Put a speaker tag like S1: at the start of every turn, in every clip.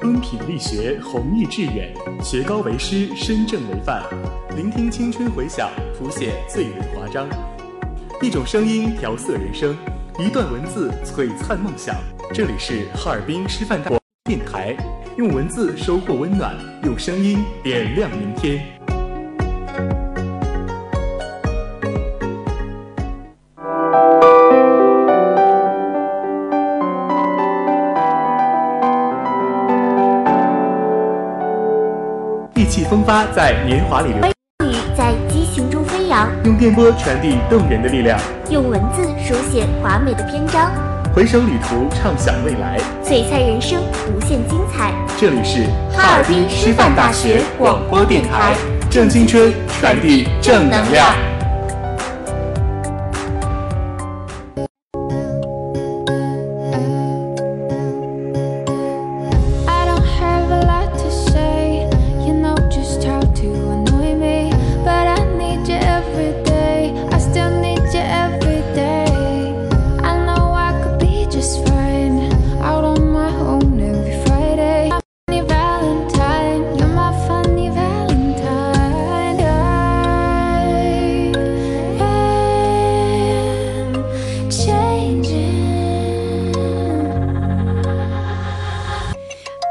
S1: 敦品力学，弘毅致远，学高为师，身正为范。聆听青春回响，谱写岁月华章。一种声音调色人生，一段文字璀璨梦想。这里是哈尔滨师范大学电台，用文字收获温暖，用声音点亮明天。意气风发，在年华里流，
S2: 语在激情中飞扬，
S1: 用电波传递动人的力量，
S2: 用文字书写华美的篇章，
S1: 回首旅途，畅想未来。
S2: 璀璨人生无限精彩。
S1: 这里是哈尔滨师范大学广播电台，正青春，传递正能量。
S3: I don't have a lot to say. You know just how to annoy me. But I need you every day. I still need you every day. I know I could be just fine. Out on my own every Friday. My funny Valentine. You're my funny Valentine. I am changing.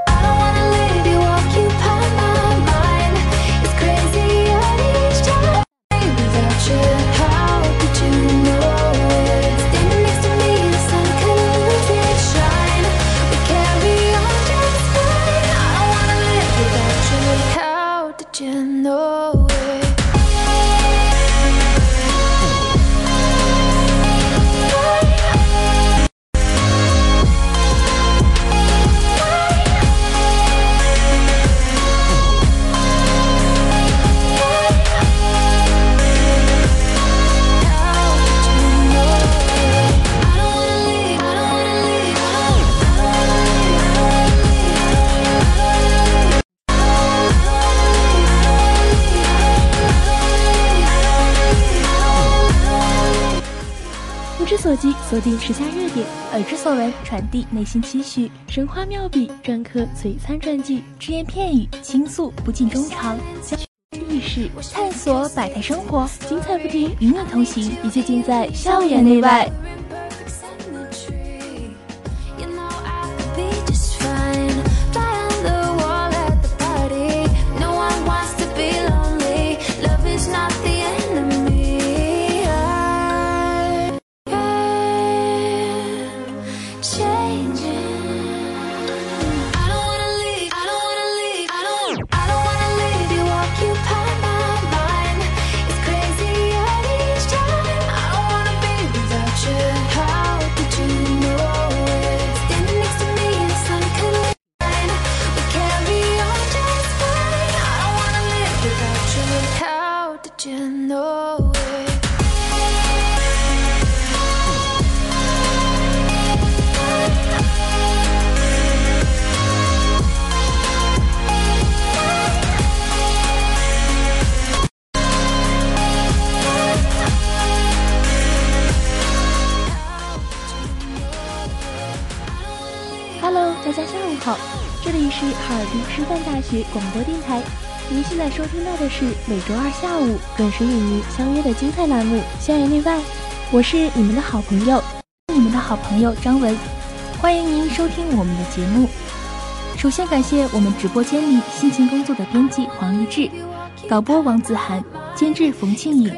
S3: I don't wanna let you occupy my mind. It's crazy at each time. Without you, how could you know it? Standing next to me, the sun could lose its shine. We carry on just fine. I don't wanna live without you. How did you know it? Oh
S4: 目之所及，锁定时下热点；耳之所闻，传递内心期许。神话妙笔，篆刻璀璨传记，只言片语，倾诉不尽衷肠。相遇意识，探索百态生活，精彩不停，与你同行。一切尽在校园内外。
S3: You know I could be just fine. Fly on the wall at the party. No one wants to be lonely. Love is not the enemy. I am changing. I don't wanna leave. I don't wanna leave. I don't. I don't wanna leave you occupy my mind. It's crazy at each time. I don't wanna be without you. How did you know it? Standing next to me, the sun could shine. We carry on just fine. I don't wanna live without you. How did you know it?
S4: Hello，大家下午好，这里是哈尔滨师范大学广播电台。您现在收听到的是每周二下午准时与您相约的精彩栏目《校园内外》，我是你们的好朋友，你们的好朋友张文，欢迎您收听我们的节目。首先感谢我们直播间里辛勤工作的编辑黄一志、导播王子涵、监制冯庆颖、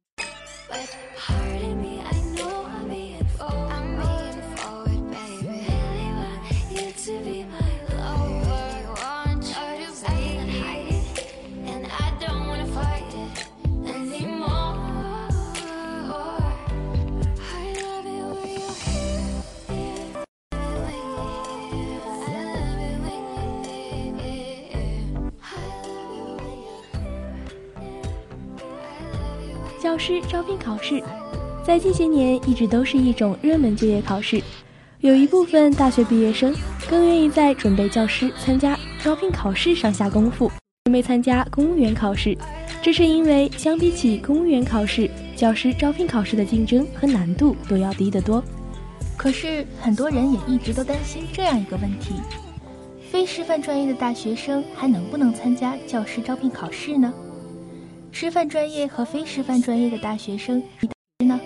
S3: With heart in me, I know I'm being forward. I'm being forward, baby. Really want you to be my lover. You want you to be and hide it, and I don't wanna fight it anymore. I love it when you're here. here. I
S4: 教师招聘考试，在近些年一直都是一种热门就业考试，有一部分大学毕业生更愿意在准备教师参加招聘考试上下功夫，准备参加公务员考试。这是因为相比起公务员考试，教师招聘考试的竞争和难度都要低得多。
S5: 可是很多人也一直都担心这样一个问题：非师范专业的大学生还能不能参加教师招聘考试呢？师范专业和非师范专业的大学生呢？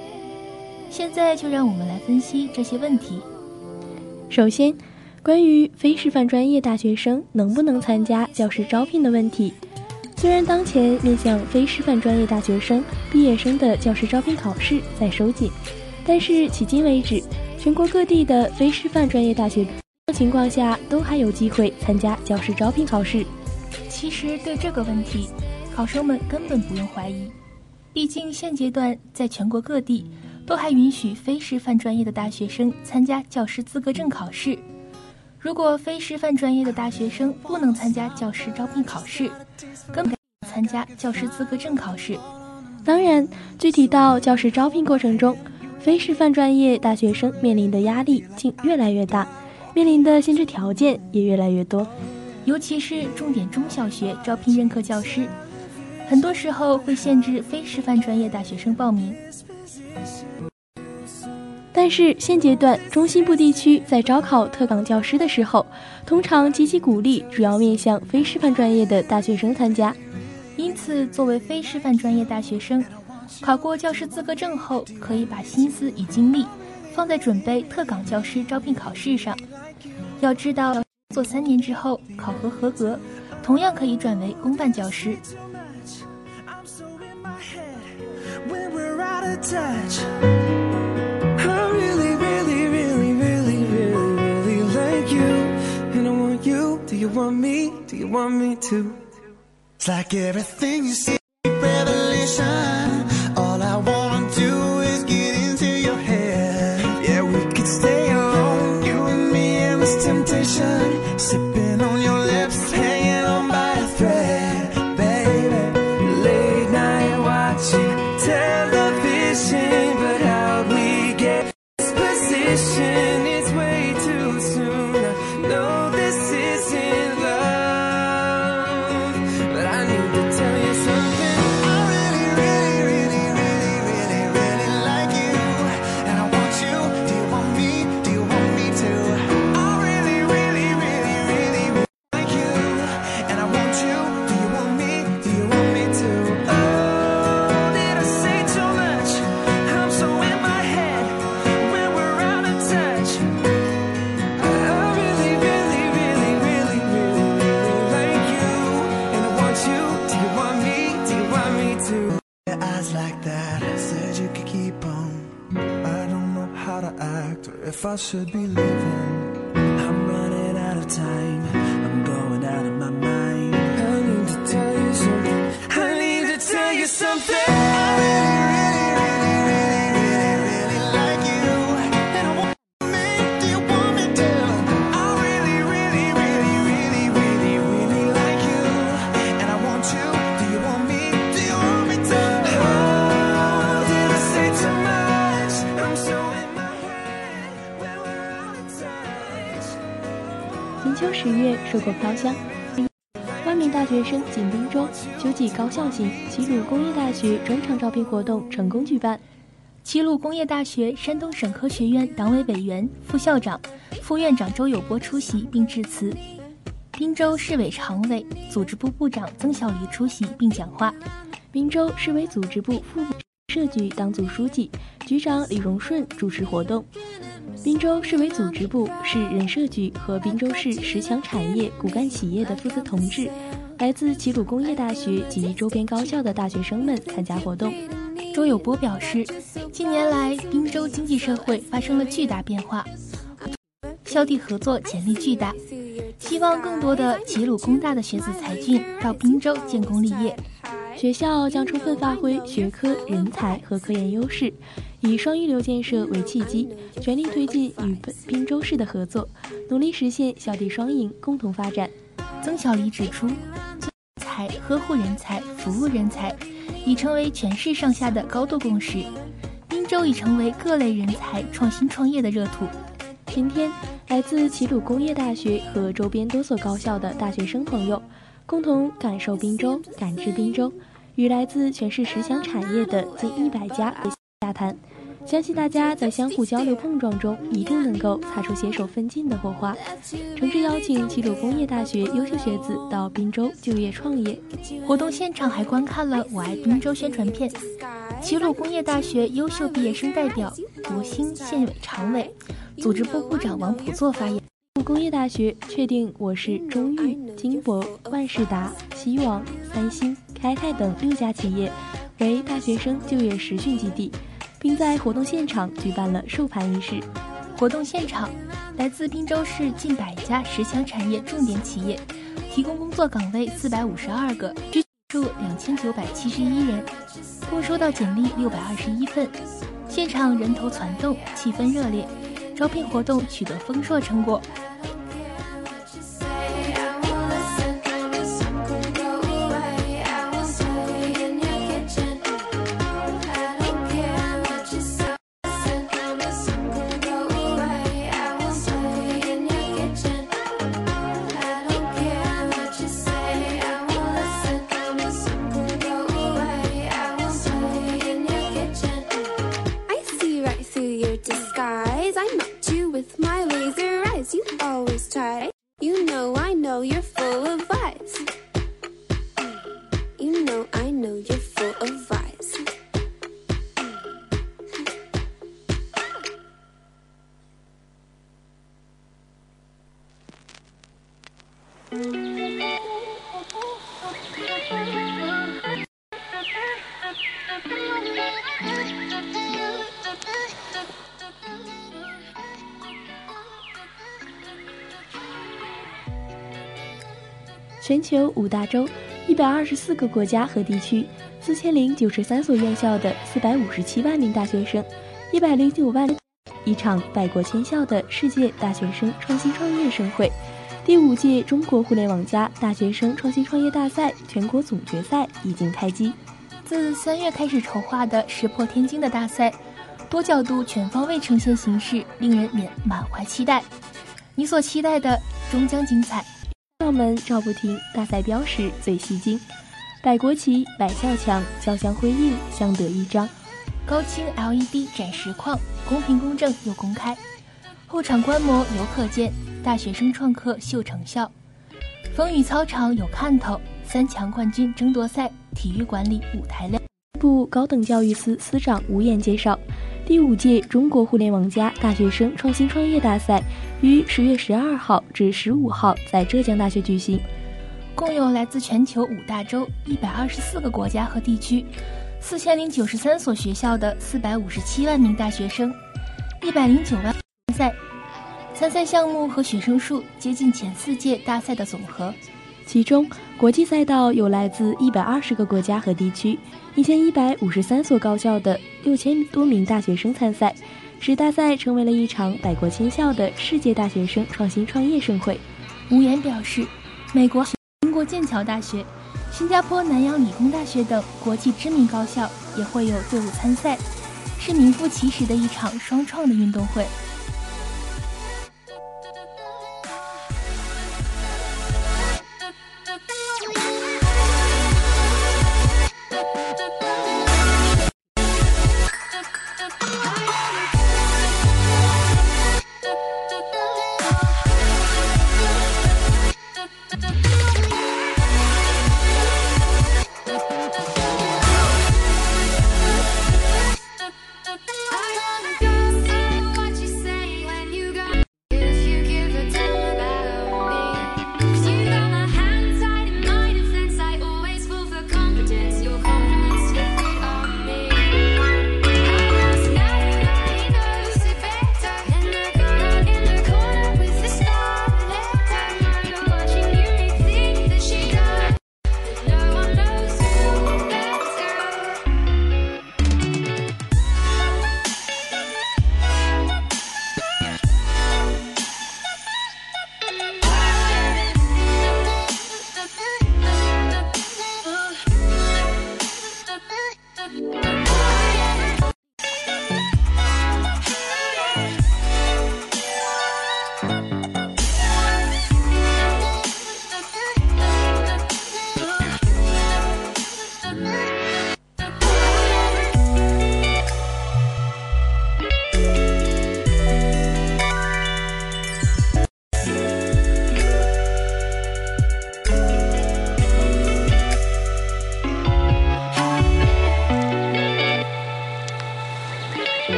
S5: 现在就让我们来分析这些问题。
S4: 首先，关于非师范专业大学生能不能参加教师招聘的问题，虽然当前面向非师范专业大学生毕业生的教师招聘考试在收紧，但是迄今为止，全国各地的非师范专业大学情况下都还有机会参加教师招聘考试。
S5: 其实对这个问题，考生们根本不用怀疑，毕竟现阶段在全国各地都还允许非师范专业的大学生参加教师资格证考试。如果非师范专业的大学生不能参加教师招聘考试，根本参加教师资格证考试。
S4: 当然，具体到教师招聘过程中，非师范专业大学生面临的压力竟越来越大，面临的限制条件也越来越多。
S5: 尤其是重点中小学招聘任课教师，很多时候会限制非师范专业大学生报名。
S4: 但是现阶段，中西部地区在招考特岗教师的时候，通常积极鼓励主要面向非师范专业的大学生参加。
S5: 因此，作为非师范专业大学生，考过教师资格证后，可以把心思与精力放在准备特岗教师招聘考试上。要知道，做三年之后考核合格，同样可以转为公办教师。
S6: I'm so in my head when we're out of touch. I really, really, really, really, really, really like you. And I want you. Do you want me? Do you want me to? It's like everything you see, revelation. All I wanna do is get into your head. Yeah, we could stay alone, you and me and this temptation. Sipping on your lips, hanging on by a thread, baby. Late night watching television, but how we get this position is way too soon. I know this isn't love, but I need to tell you something. I really, really, really, really, really, really like you, and I want you. Do you want me? Do you want me to? I really, really, really, really, really like you, and I want you. Do you want me? Do you want me to? Oh, did I say too much? I'm so in my head when we're out of touch. I really, really, really, really, really, really like you, and I want you. Do you want me? Do you want me to? Your eyes like that, I said you could keep on. I don't know how to act or if I should be leaving. I'm running out of time. I'm going out of my mind. I need to tell you something. I need to tell you something. I really, really, really, really, really, really like you. And I want me. Do you want Oh,
S4: 秋十月硕果飘香。万名大学生紧盯中，秋季高校型齐鲁工业大学专场招聘活动成功举办。
S7: 齐鲁工业大学山东省科学院党委委员、副校长、副院长周友波出席并致辞，滨州市委常委、组织部部长曾小黎出席并讲话，
S4: 滨州市委组织部副部社局党组书记、局长李荣顺主持活动。滨州市委组织部、市人社局和滨州市十强产业骨干企业的负责同志，来自齐鲁工业大学及周边高校的大学生们参加活动。
S7: 周友波表示，近年来滨州经济社会发生了巨大变化，校地合作潜力巨大，希望更多的齐鲁工大的学子才俊到滨州建功立业。
S4: 学校将充分发挥学科、人才和科研优势，以双一流建设为契机，全力推进与本滨州市的合作，努力实现校地双赢，共同发展。
S7: 曾小黎指出，才呵护人才、服务人才，已成为全市上下的高度共识。滨州已成为各类人才创新创业的热土。
S4: 今天，来自齐鲁工业大学和周边多所高校的大学生朋友，共同感受滨州、感知滨州，与来自全市十强产业的近一百家洽谈。相信大家在相互交流碰撞中，一定能够擦出携手奋进的火花。诚挚邀请齐鲁工业大学优秀学子到滨州就业创业。
S7: 活动现场还观看了“我爱滨州”宣传片，齐鲁工业大学优秀毕业生代表、博兴县委常委、组织部部长王普作发言。
S4: 工业大学确定我市中裕、金博、万事达、西王、三星、开泰等六家企业为大学生就业实训基地，并在活动现场举办了授牌仪式。
S7: 活动现场，来自滨州市近百家十强产业重点企业，提供工作岗位四百五十二个，居住两千九百七十一人，共收到简历六百二十一份。现场人头攒动，气氛热烈，招聘活动取得丰硕成果。
S3: I see right through your disguise. I met you with my laser eyes. You always try. You know I know you're full of lies. You know I know you're full of lies. Thank you.
S4: 全球五大洲、一百二十四个国家和地区、四千零九十三所院校的四百五十七万名大学生，一百零九万，一场百国千校的世界大学生创新创业盛会，第五届中国互联网加大学生创新创业大赛全国总决赛已经开机。
S7: 自三月开始筹划的“石破天惊”的大赛，多角度、全方位呈现形式，令人免满怀期待。你所期待的终将精彩。
S4: 校门照不停，大赛标识最吸睛，百国旗、百校墙交相辉映，相得益彰。
S7: 高清 LED 展实况，公平公正又公开。后场观摩游可见，大学生创客秀成效。风雨操场有看头，三强冠军争夺赛，体育管理舞台亮。
S4: 部高等教育司司长吴岩介绍，第五届中国互联网加大学生创新创业大赛于十月十二号至十五号在浙江大学举行。
S7: 共有来自全球五大洲、一百二十四个国家和地区、四千零九十三所学校的四百五十七万名大学生，一百零九万参赛，参赛项目和学生数接近前四届大赛的总和。
S4: 其中，国际赛道有来自一百二十个国家和地区、一千一百五十三所高校的六千多名大学生参赛，使大赛成为了一场百国千校的世界大学生创新创业盛会。
S7: 吴岩表示，美国、英国剑桥大学、新加坡南洋理工大学等国际知名高校也会有队伍参赛，是名副其实的一场双创的运动会。
S3: Thank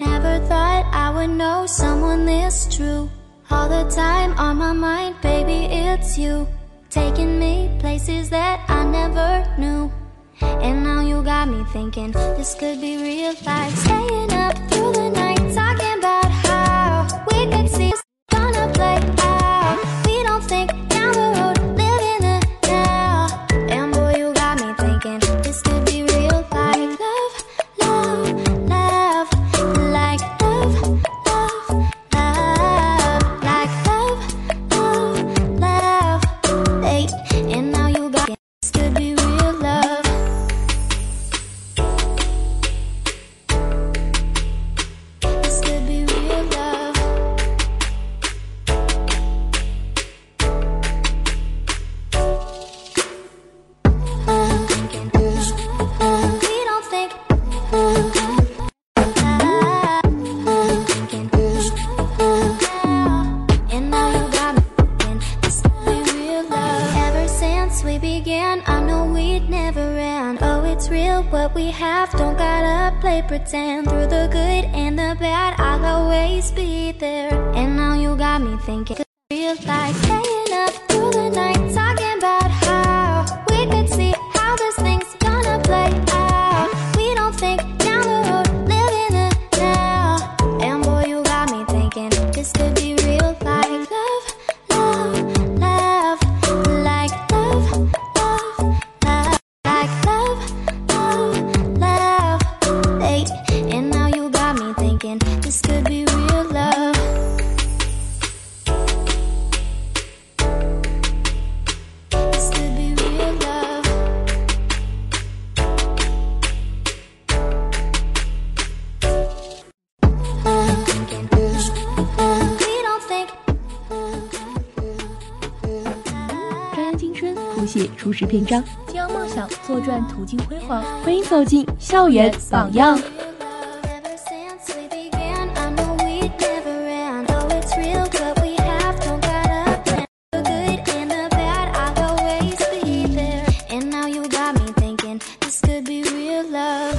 S3: never know someone this true. All the time on my mind, baby, it's you. Taking me places that I never knew. And now you got me thinking this could be real life. Staying up through the night, talking about how we could see it's gonna play out. We don't think down the road, living the now. And boy, you got me thinking this could be real life. Love, love, love, like love, love, love, like love, love, love. Hey, and now you got this could be real love. This could be real love. We don't think. And now you got me thinking this could be real love. Ever since we began, I know we'd never end. Oh, it's real what we have. Don't gotta play pretend. Through the good and the bad, I'll always be there. And now you got me thinking real life. Staying up through the night, talking about how we could see how this thing's gonna play out. We don't think down the road, living the now. And boy, you got me thinking this could be real life. Love, love, love, like love, love, love, like love, love, love. Hey, and now you got me thinking this could be real love. This could be real love. We don't think.
S4: 张扬青春谱写初识篇章，
S7: 激昂梦想，坐赚途径辉煌。
S4: 欢迎走进校园榜样。
S3: Ever since we began, I know we'd never end. Oh, it's real what we have. Don't gotta plan. The good and the bad, I'll always be there. And now you got me thinking this could be real love.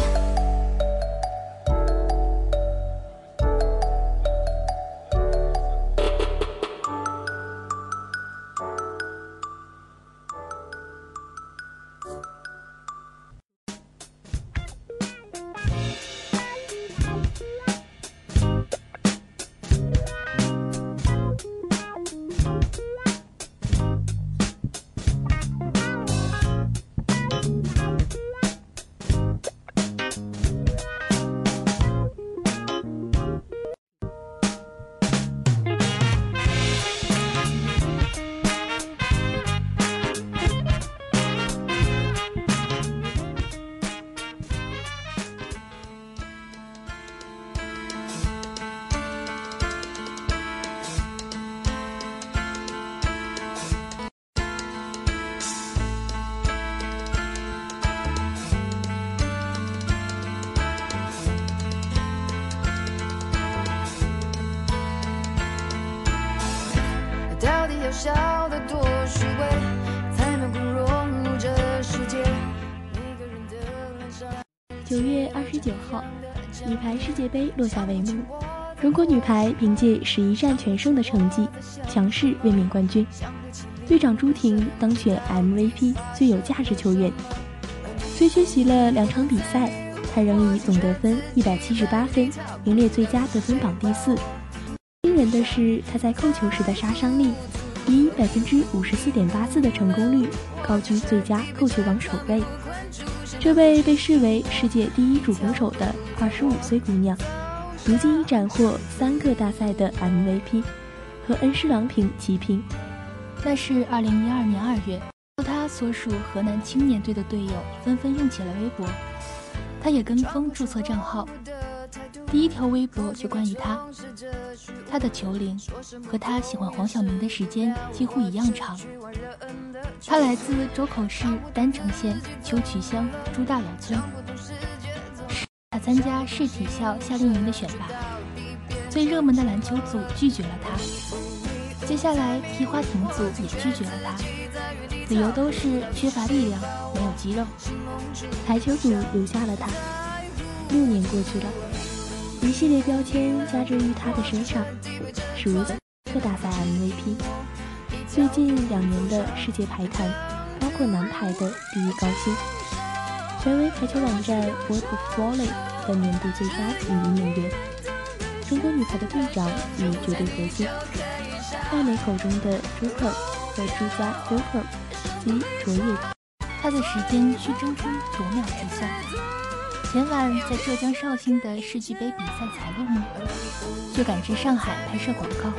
S8: Thank
S4: 九月二十九号，女排世界杯落下帷幕，中国女排凭借十一战全胜的成绩，强势卫冕冠军。队长朱婷当选 MVP 最有价值球员。虽缺席了两场比赛，她仍以总得分一百七十八分，名列最佳得分榜第四。惊人的是，她在扣球时的杀伤力，以百分之五十四点八四的成功率高居最佳扣球榜首位。这位被视为世界第一主攻手的二十五岁姑娘，如今已斩获三个大赛的 MVP，和恩施郎平齐平。
S7: 那是二零一二年二月，他所属河南青年队的队友纷纷用起了微博，他也跟风注册账号。第一条微博就关于他，他的球龄和他喜欢黄晓明的时间几乎一样长。他来自周口市郸城县秋渠乡朱大老村，他参加市体校夏令营的选拔，最热门的篮球组拒绝了他。接下来，皮划艇组也拒绝了他，理由都是缺乏力量，没有肌肉。
S4: 台球组留下了他。六年过去了，一系列标签加之于他的身上，属于各大赛 MVP。最近两年的世界排坛，包括男排的第一高薪。权威排球网站 World of Volley 的年度最佳女运动员，中国女排的队长与绝对核心，外媒口中的 Joker 和朱家 Joker 及卓越
S7: 他的时间需争出九秒之效。前晚在浙江绍兴的世俱杯比赛才落幕，就赶至上海拍摄广告。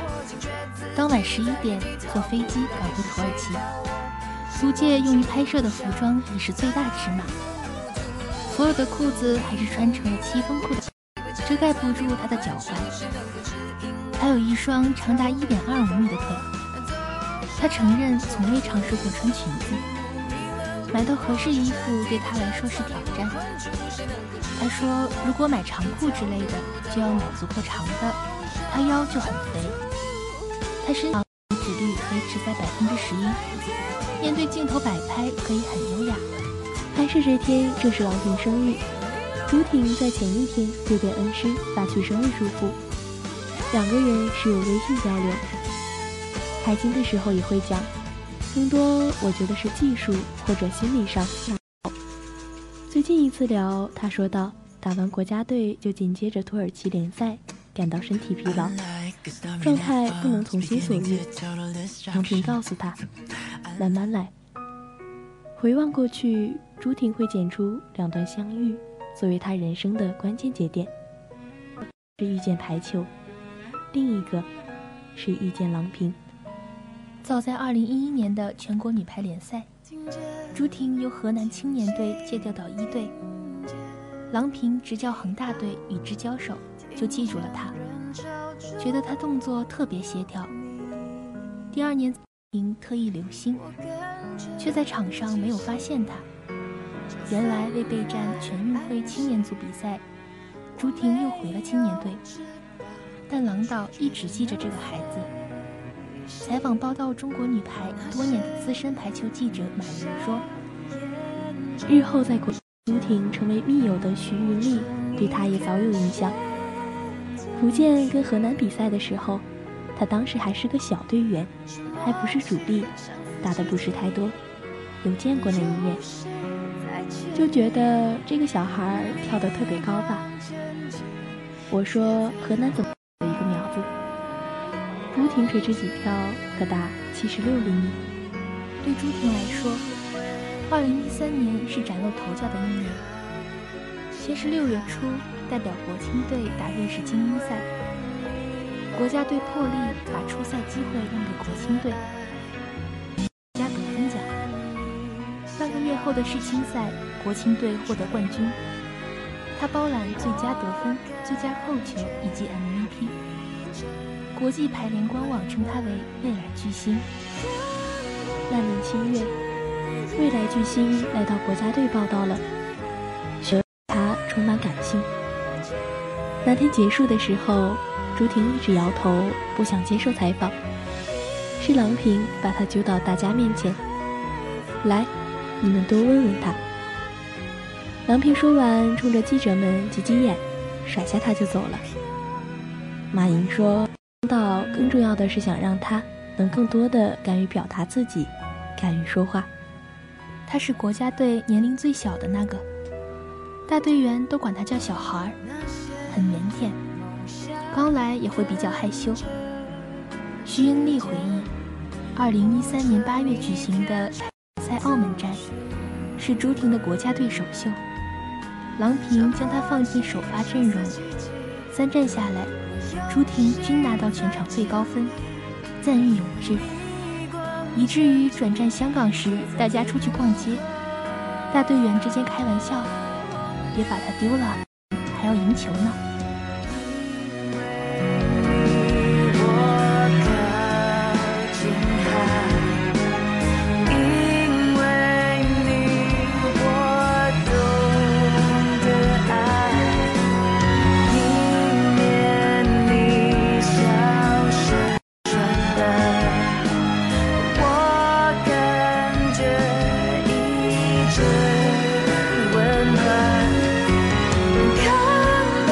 S7: 当晚十一点，坐飞机赶回土耳其。租借用于拍摄的服装已是最大尺码，所有的裤子还是穿成了七分裤的，遮盖不住他的脚踝。还有一双长达一点二五米的腿。他承认从未尝试过穿裙子。买到合适衣服对他来说是挑战。他说，如果买长裤之类的，就要买足够长的，他腰就很肥。他身长体脂率维持在百分之十一，面对镜头摆拍可以很优雅。
S4: 拍摄这天正是王婷生日，朱婷在前一天就给恩师发去生日祝福，两个人是有微信交流。海清的时候也会讲，更多我觉得是技术或者心理上。最近一次聊，他说到打完国家队就紧接着土耳其联赛，感到身体疲劳，状态不能从心所欲。杨平告诉他，慢慢来。回望过去，朱婷会剪出两段相遇作为她人生的关键节点，是遇见排球，另一个是遇见郎平。
S7: 早在2011年的全国女排联赛，朱婷由河南青年队借调到一队，郎平执教恒大队与之交手，就记住了她，觉得她动作特别协调。第二年，婷特意留心，却在场上没有发现她。原来为备战全运会青年组比赛，朱婷又回了青年队，但郎导一直记着这个孩子。采访报道中国女排多年的资深排球记者马云说
S4: 日后在国朱婷成为密友的徐云丽，对她也早有印象。福建跟河南比赛的时候，她当时还是个小队员，还不是主力，打的不是太多，有见过那一面，就觉得这个小孩儿跳得特别高吧。我说河南怎么有一个苗子？朱婷垂直起跳可达七十六厘米。：“
S7: 对朱婷来说，二零一三年是崭露头角的一年。先是六月初代表国青队打瑞士精英赛，国家队破例把出赛机会让给国青队，加得分奖。半个月后的世青赛，国青队获得冠军，他包揽最佳得分、最佳扣球以及 MVP。国际排联官网称他为未来巨星。
S4: 那年七月，未来巨星来到国家队报道了，学他充满感性。那天结束的时候，朱婷一直摇头，不想接受采访。是郎平把她揪到大家面前，来，你们多问问他。郎平说完，冲着记者们挤挤眼，甩下他就走了。马莹说：“到更重要的是想让他能更多的敢于表达自己，敢于说话。
S7: 他是国家队年龄最小的那个，大队员都管他叫小孩儿，很腼腆，刚来也会比较害羞。徐云丽回忆，二零一三年八月举行的在澳门站是朱婷的国家队首秀，郎平将她放进首发阵容，三战下来，朱婷均拿到全场最高分，赞誉有之。以至于转战香港时，大家出去逛街，大队员之间开玩笑，别把它丢了，还要赢球呢。
S8: 我靠近海，因为你我懂得爱。迎面你笑声传来，我感觉一阵温暖。看不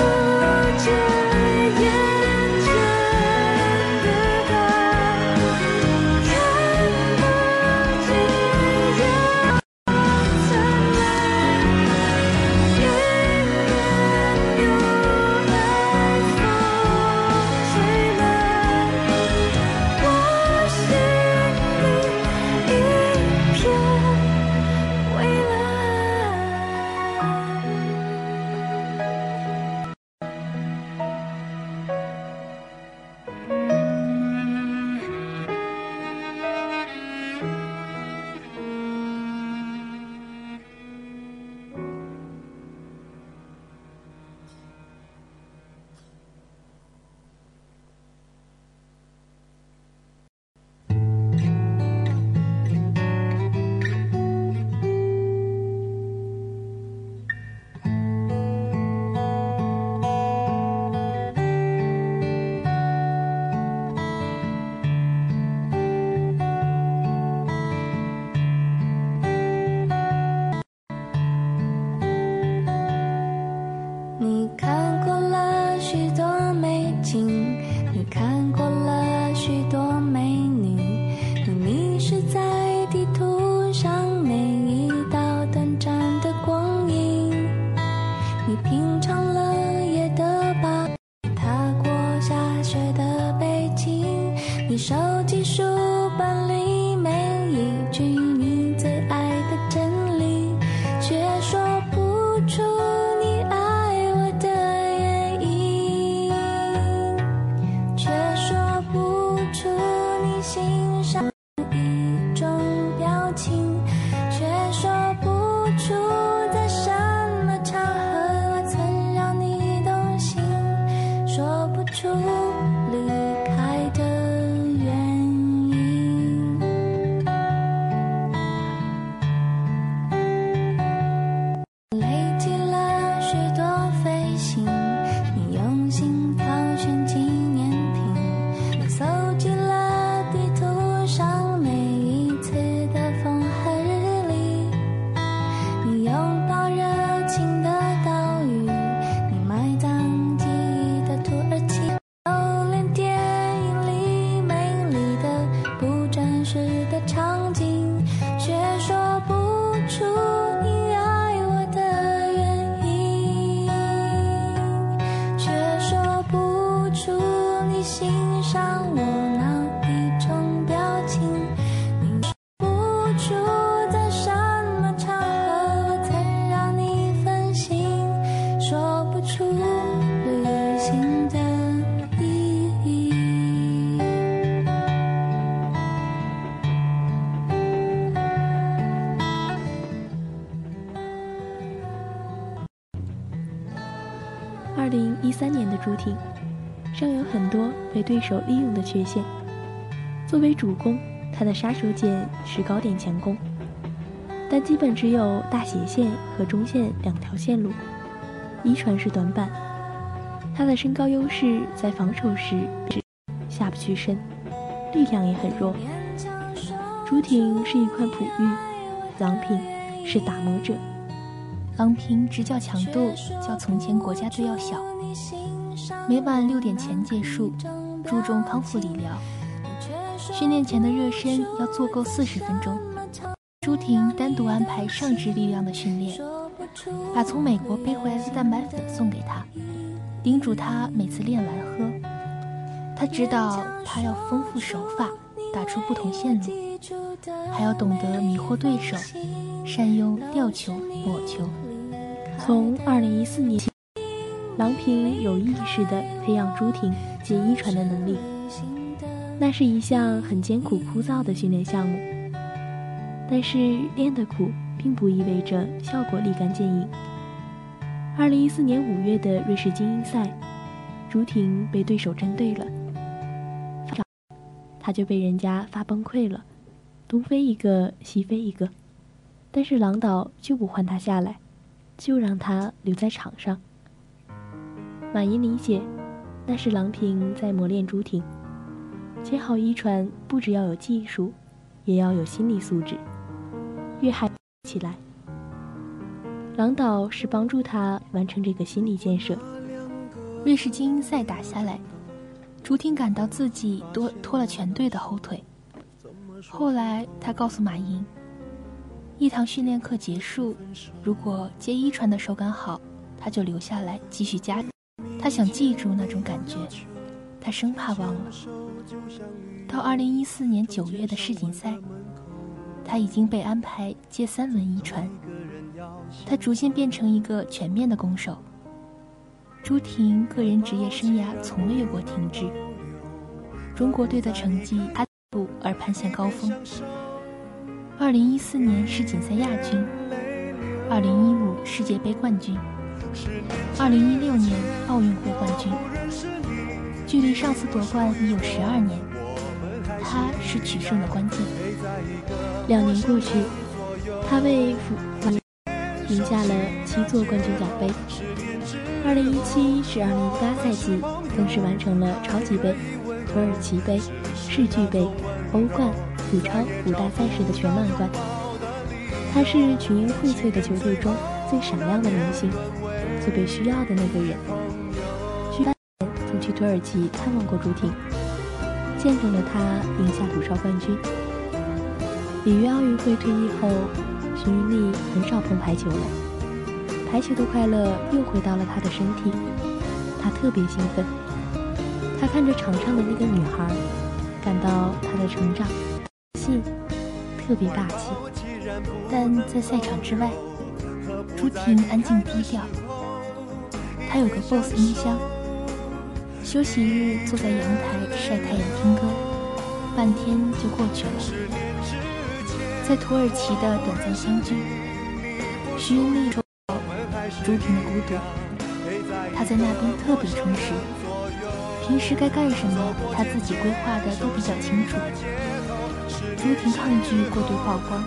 S3: 你品尝了夜的疤，踏过下雪的北京，你收集书本里每一句你最爱的真理，却说不出你爱我的原因，却说不出你欣赏。一种表情，却说不出在什么场合我曾让你动心，说不出离开的原因。累积了许多飞行，你用心挑选纪念品，你搜集了地图上每一次的风和日丽，你拥抱热情的岛屿，你埋葬记忆的土耳其，就连电影里美丽的不真实的场景，却说不出你爱我的原因，却说不出你欣赏我哪一种表情，你说不出在什么场合我曾让你分心，说不出旅行的意义。
S4: 二零一三年的朱婷，上有很多被对手利用的缺陷。作为主攻，她的杀手锏是高点强攻，但基本只有大斜线和中线两条线路，一传是短板。她的身高优势在防守时下不去身，力量也很弱。朱婷是一块璞玉，郎平是打磨者。
S7: 郎平执教强度较从前国家队要小，每晚六点前结束，注重康复理疗，训练前的热身要做够四十分钟。朱婷单独安排上肢力量的训练，把从美国背回来的蛋白粉送给她，叮嘱她每次练完喝。她知道她要丰富手法，打出不同线路，还要懂得迷惑对手，善用吊球、抹球。
S4: 从二零一四年起，郎平有意识地培养朱婷解遗传的能力，那是一项很艰苦枯燥的训练项目。但是练得苦，并不意味着效果立竿见影。二零一四年五月的瑞士精英赛，朱婷被对手针对了，她就被人家发崩溃了，东飞一个，西飞一个，但是郎导就不换她下来。就让他留在场上。马云理解，那是郎平在磨练朱婷。接好一传，不只要有技术，也要有心理素质。越害起来，郎导是帮助他完成这个心理建设。
S7: 瑞士精英赛打下来，朱婷感到自己多拖了全队的后腿。后来，她告诉马莹，一堂训练课结束，如果接一传的手感好，她就留下来继续加。她想记住那种感觉，她生怕忘了。到二零一四年九月的世锦赛，她已经被安排接三轮一传，她逐渐变成一个全面的攻手。朱婷个人职业生涯从未有过停滞，中国队的成绩她不而攀向高峰。二零一四年世锦赛亚军，二零一五世界杯冠军，二零一六年奥运会冠军，距离上次夺冠已有十二年，他是取胜的关键。
S4: 两年过去，他为福赢下了七座冠军奖杯。二零一七至二零一八赛季，更是完成了超级杯、土耳其杯、世俱杯、欧冠、祖超五大赛事的全满贯。他是群英荟萃的球队中最闪亮的明星，最被需要的那个人。去曾去土耳其探望过朱婷，见证了她赢下土超冠军。里约奥运会退役后，徐云丽很少碰排球了。排球的快乐又回到了他的身体，他特别兴奋。他看着场上的那个女孩，感到她的成长，气特别大气。
S7: 但在赛场之外，朱婷安静低调。她有个 BOSS 音箱，休息日坐在阳台晒太阳听歌，半天就过去了。在土耳其的短暂相聚，徐云丽说朱婷的孤独，她在那边特别充实。平时该干什么，她自己规划的都比较清楚。朱婷抗拒过度曝光，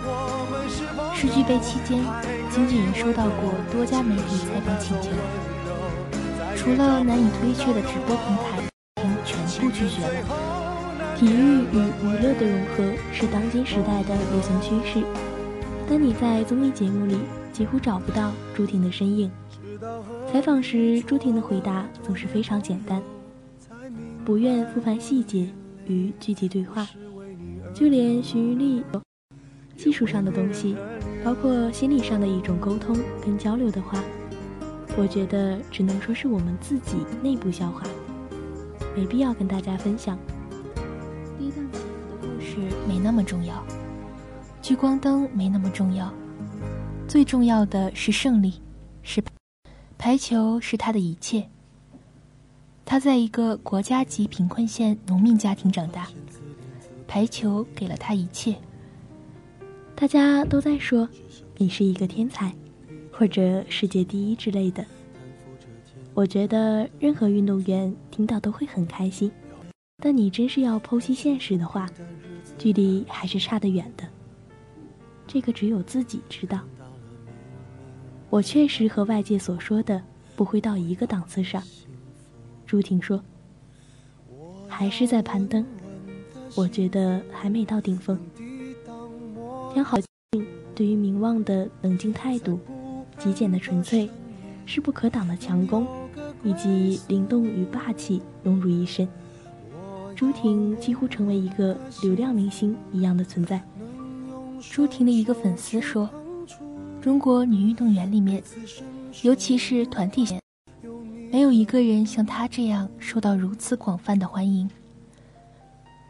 S7: 世俱杯期间，经纪人收到过多家媒体采访请求，除了难以推却的直播平台，婷全部拒绝了。
S4: 体育与娱乐的融合是当今时代的流行趋势，但你在综艺节目里几乎找不到朱婷的身影。采访时，朱婷的回答总是非常简单，不愿复盘细节与具体对话，就连徐云丽技术上的东西，包括心理上的一种沟通跟交流的话，我觉得只能说是我们自己内部消化，没必要跟大家分享。
S7: 低档起伏的故事没那么重要，聚光灯没那么重要，最重要的是胜利，是排球是他的一切。他在一个国家级贫困县农民家庭长大，排球给了他一切。
S4: 大家都在说你是一个天才，或者世界第一之类的。我觉得任何运动员听到都会很开心，但你真是要剖析现实的话，距离还是差得远的。这个只有自己知道。我确实和外界所说的不会到一个档次上。朱婷说，还是在攀登，我觉得还没到顶峰。良好对于名望的冷静态度、极简的纯粹、势不可挡的强攻，以及灵动与霸气融入一身。朱婷几乎成为一个流量明星一样的存在。
S7: 朱婷的一个粉丝说，中国女运动员里面，尤其是团体赛，没有一个人像她这样受到如此广泛的欢迎。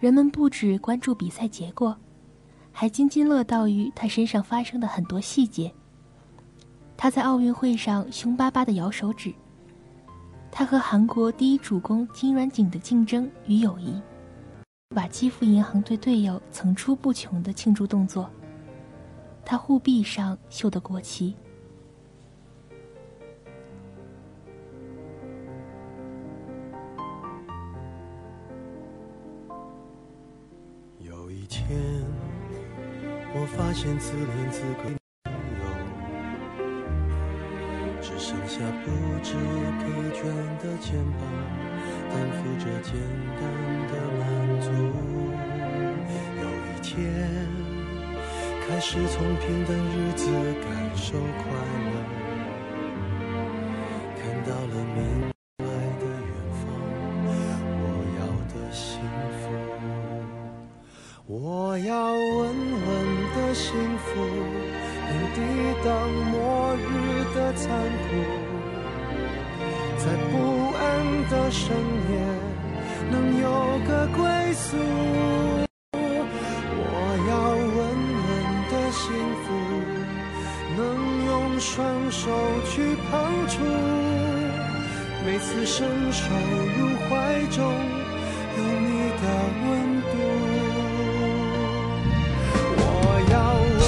S7: 人们不只关注比赛结果，还津津乐道于她身上发生的很多细节。她在奥运会上凶巴巴的摇手指，她和韩国第一主攻金软景的竞争与友谊，把欺负银行队队友层出不穷的庆祝动作。她护臂上绣的国旗，
S6: 有一天，我发现自怜自个朋友，只剩下不知疲倦的肩膀，担负着简单的满足。有一天，开始从平淡日子感受快乐，看到了明白的远方，我要的幸福。我要稳稳的幸福，能抵挡末日的残酷，在不安的深夜能有个归宿。我要稳稳的幸福，能用双手去碰触，每次伸手入怀中有你的温度。我要稳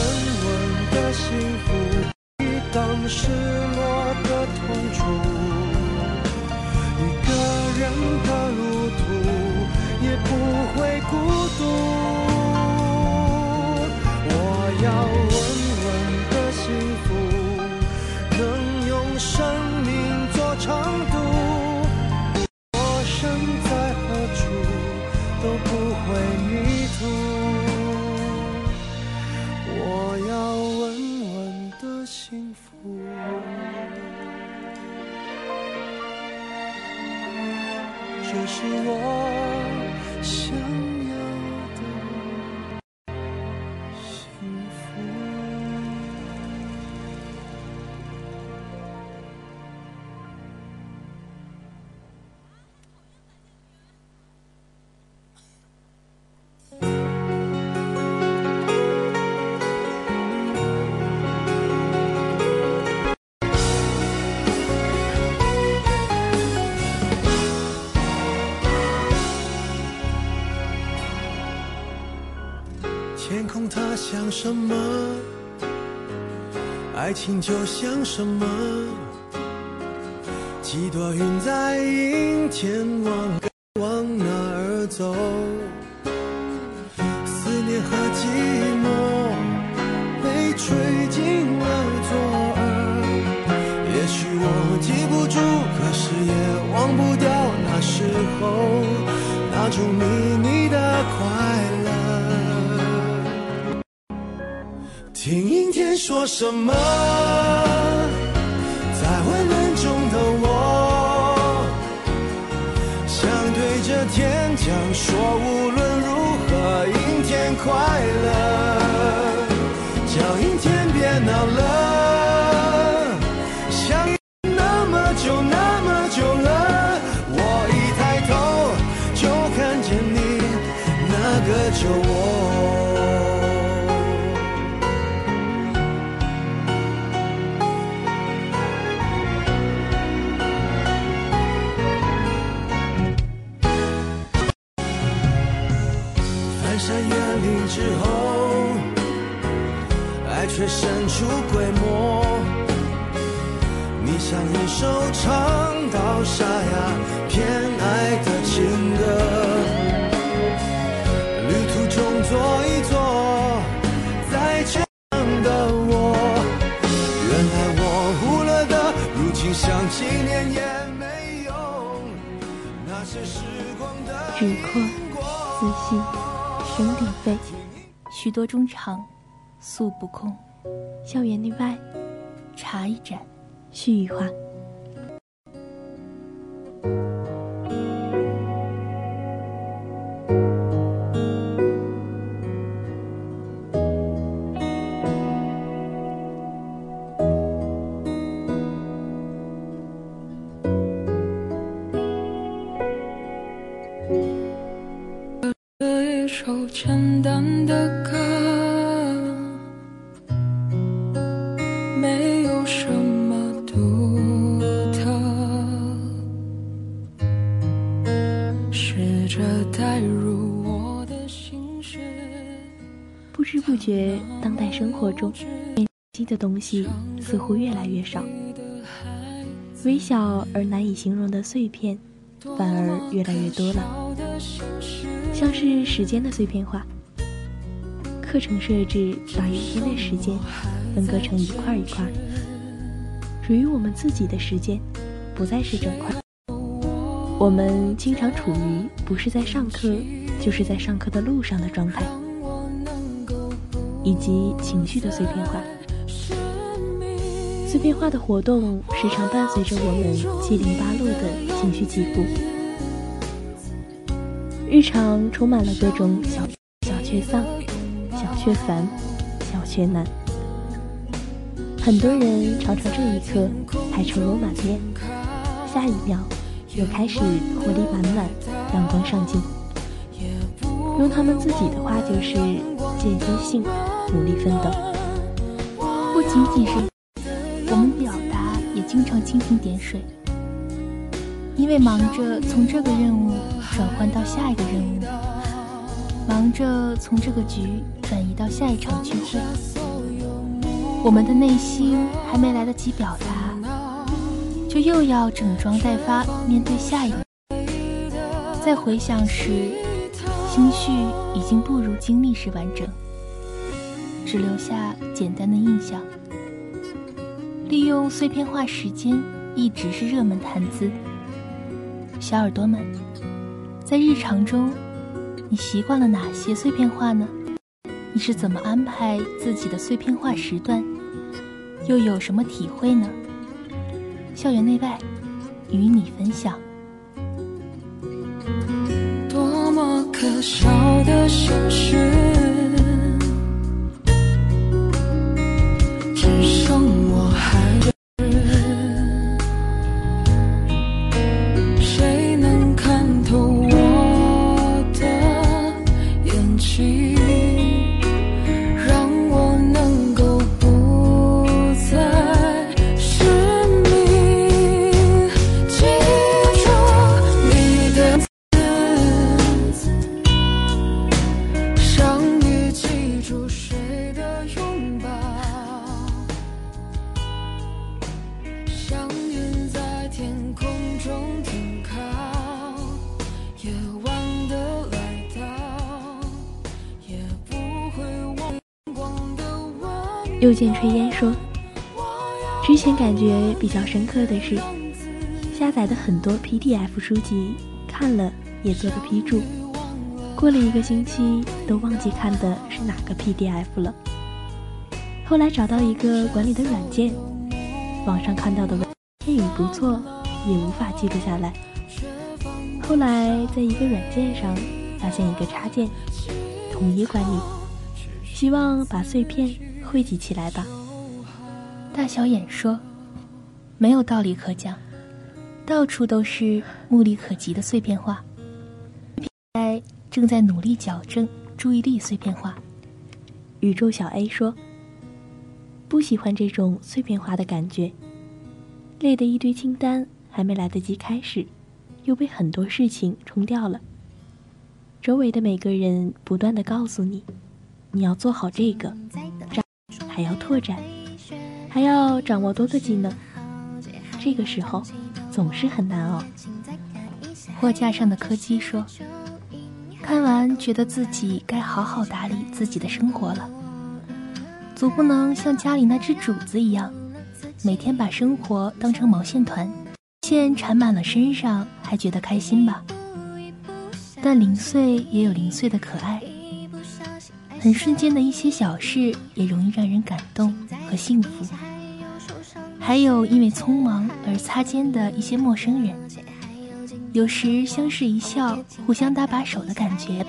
S6: 稳的幸福，抵挡失落的痛楚。一个人的路途也不会孤独。我要稳稳的幸福，能用生命做长度。我身在何处都不会迷途，我要稳稳的幸福。这是我想要的幸福。它像什么？爱情就像什么？几朵云在阴天，往往哪儿走？思念和寂寞被吹进了左耳。也许我记不住，可是也忘不掉那时候那种秘密的快乐。听阴天说什么？在混乱中的我，想对着天讲说，无论如何，阴天快乐。叫阴天别闹了，想那么久那么久了，我一抬头就看见你那个酒窝。翻山越岭之后，爱却神出鬼没。你像一首唱到沙哑偏爱的情歌，旅途中坐一坐，在这样的我，原来我忽略的，如今想纪念也没用。那些时光的
S4: 纸阔
S6: 经过。
S4: 思绪生鼎沸，
S7: 许多衷肠，诉不空。
S4: 校园内外
S7: 茶一盏，
S4: 絮语话。
S3: 这一首简单的歌，没有什么独特，试着带入我的心事。
S4: 不知不觉，当代生活中辨析的东西似乎越来越少，微小而难以形容的碎片反而越来越多了，像是时间的碎片化。课程设置把一天的时间分割成一块一块，属于我们自己的时间不再是整块。我们经常处于不是在上课，就是在上课的路上的状态。以及情绪的碎片化。碎片化的活动时常伴随着我们七零八落的情绪起伏，日常充满了各种小小确丧、小确烦、小确难。很多人常常这一刻还愁容满面，下一秒又开始活力满满、阳光上进。用他们自己的话就是间歇性努力奋斗。
S7: 不仅仅是我们表达，也经常蜻蜓点水，因为忙着从这个任务转换到下一个任务，忙着从这个局转移到下一场聚会，我们的内心还没来得及表达，就又要整装待发，面对下一个。再回想时，心绪已经不如经历时完整，只留下简单的印象。利用碎片化时间一直是热门谈资。小耳朵们，在日常中，你习惯了哪些碎片化呢？你是怎么安排自己的碎片化时段？又有什么体会呢？校园内外，与你分享。
S3: 多么可笑的心事，只剩我还是谁能看透我的眼睛，让我能够不再失明？记住你的。伤
S4: 又见炊烟说，之前感觉比较深刻的是，下载的很多 PDF 书籍，看了也做个批注，过了一个星期都忘记看的是哪个 PDF 了。后来找到一个管理的软件，网上看到的文电影不错，也无法记录下来。后来在一个软件上发现一个插件，统一管理，希望把碎片汇集起来吧。
S7: 大小眼说：“没有道理可讲，到处都是目力可及的碎片化。在正在努力矫正注意力碎片化。
S4: 宇宙小 A 说：“不喜欢这种碎片化的感觉，累得一堆清单还没来得及开始，又被很多事情冲掉了。周围的每个人不断的告诉你，你要做好这个，还要拓展，还要掌握多个技能。这个时候总是很难哦熬。”
S7: 货架上的柯基说：“看完觉得自己该好好打理自己的生活了，总不能像家里那只主子一样，每天把生活当成毛线团，线缠满了身上还觉得开心吧？但零碎也有零碎的可爱，很瞬间的一些小事也容易让人感动和幸福。还有因为匆忙而擦肩的一些陌生人。”有时相视一笑，互相搭把手的感觉。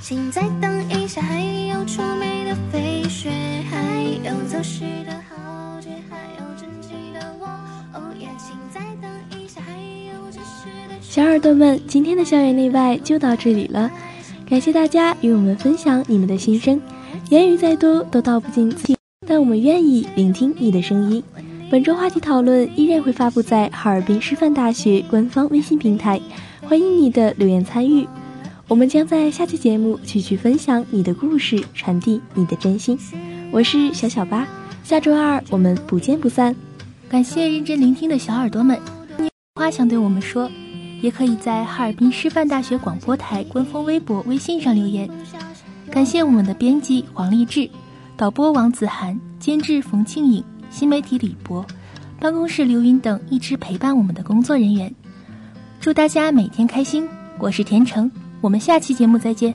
S9: 请再等一下，还有出梅的飞雪，还有走失的豪杰，还有珍惜的我。哦耶，请再等一下，还有真实的
S4: 小耳朵们，今天的校园内外就到这里了，感谢大家与我们分享你们的心声。言语再多都道不尽自己，但我们愿意聆听你的声音。本周话题讨论依然会发布在哈尔滨师范大学官方微信平台，欢迎你的留言参与。我们将在下期节目继续分享你的故事，传递你的真心。我是小小八，下周二我们不见不散。
S7: 感谢认真聆听的小耳朵们。你有话想对我们说，也可以在哈尔滨师范大学广播台官方微博、微信上留言。感谢我们的编辑黄励志，导播王子涵，监制冯庆颖，新媒体李博，办公室刘云等一直陪伴我们的工作人员。祝大家每天开心！我是田成，我们下期节目再见。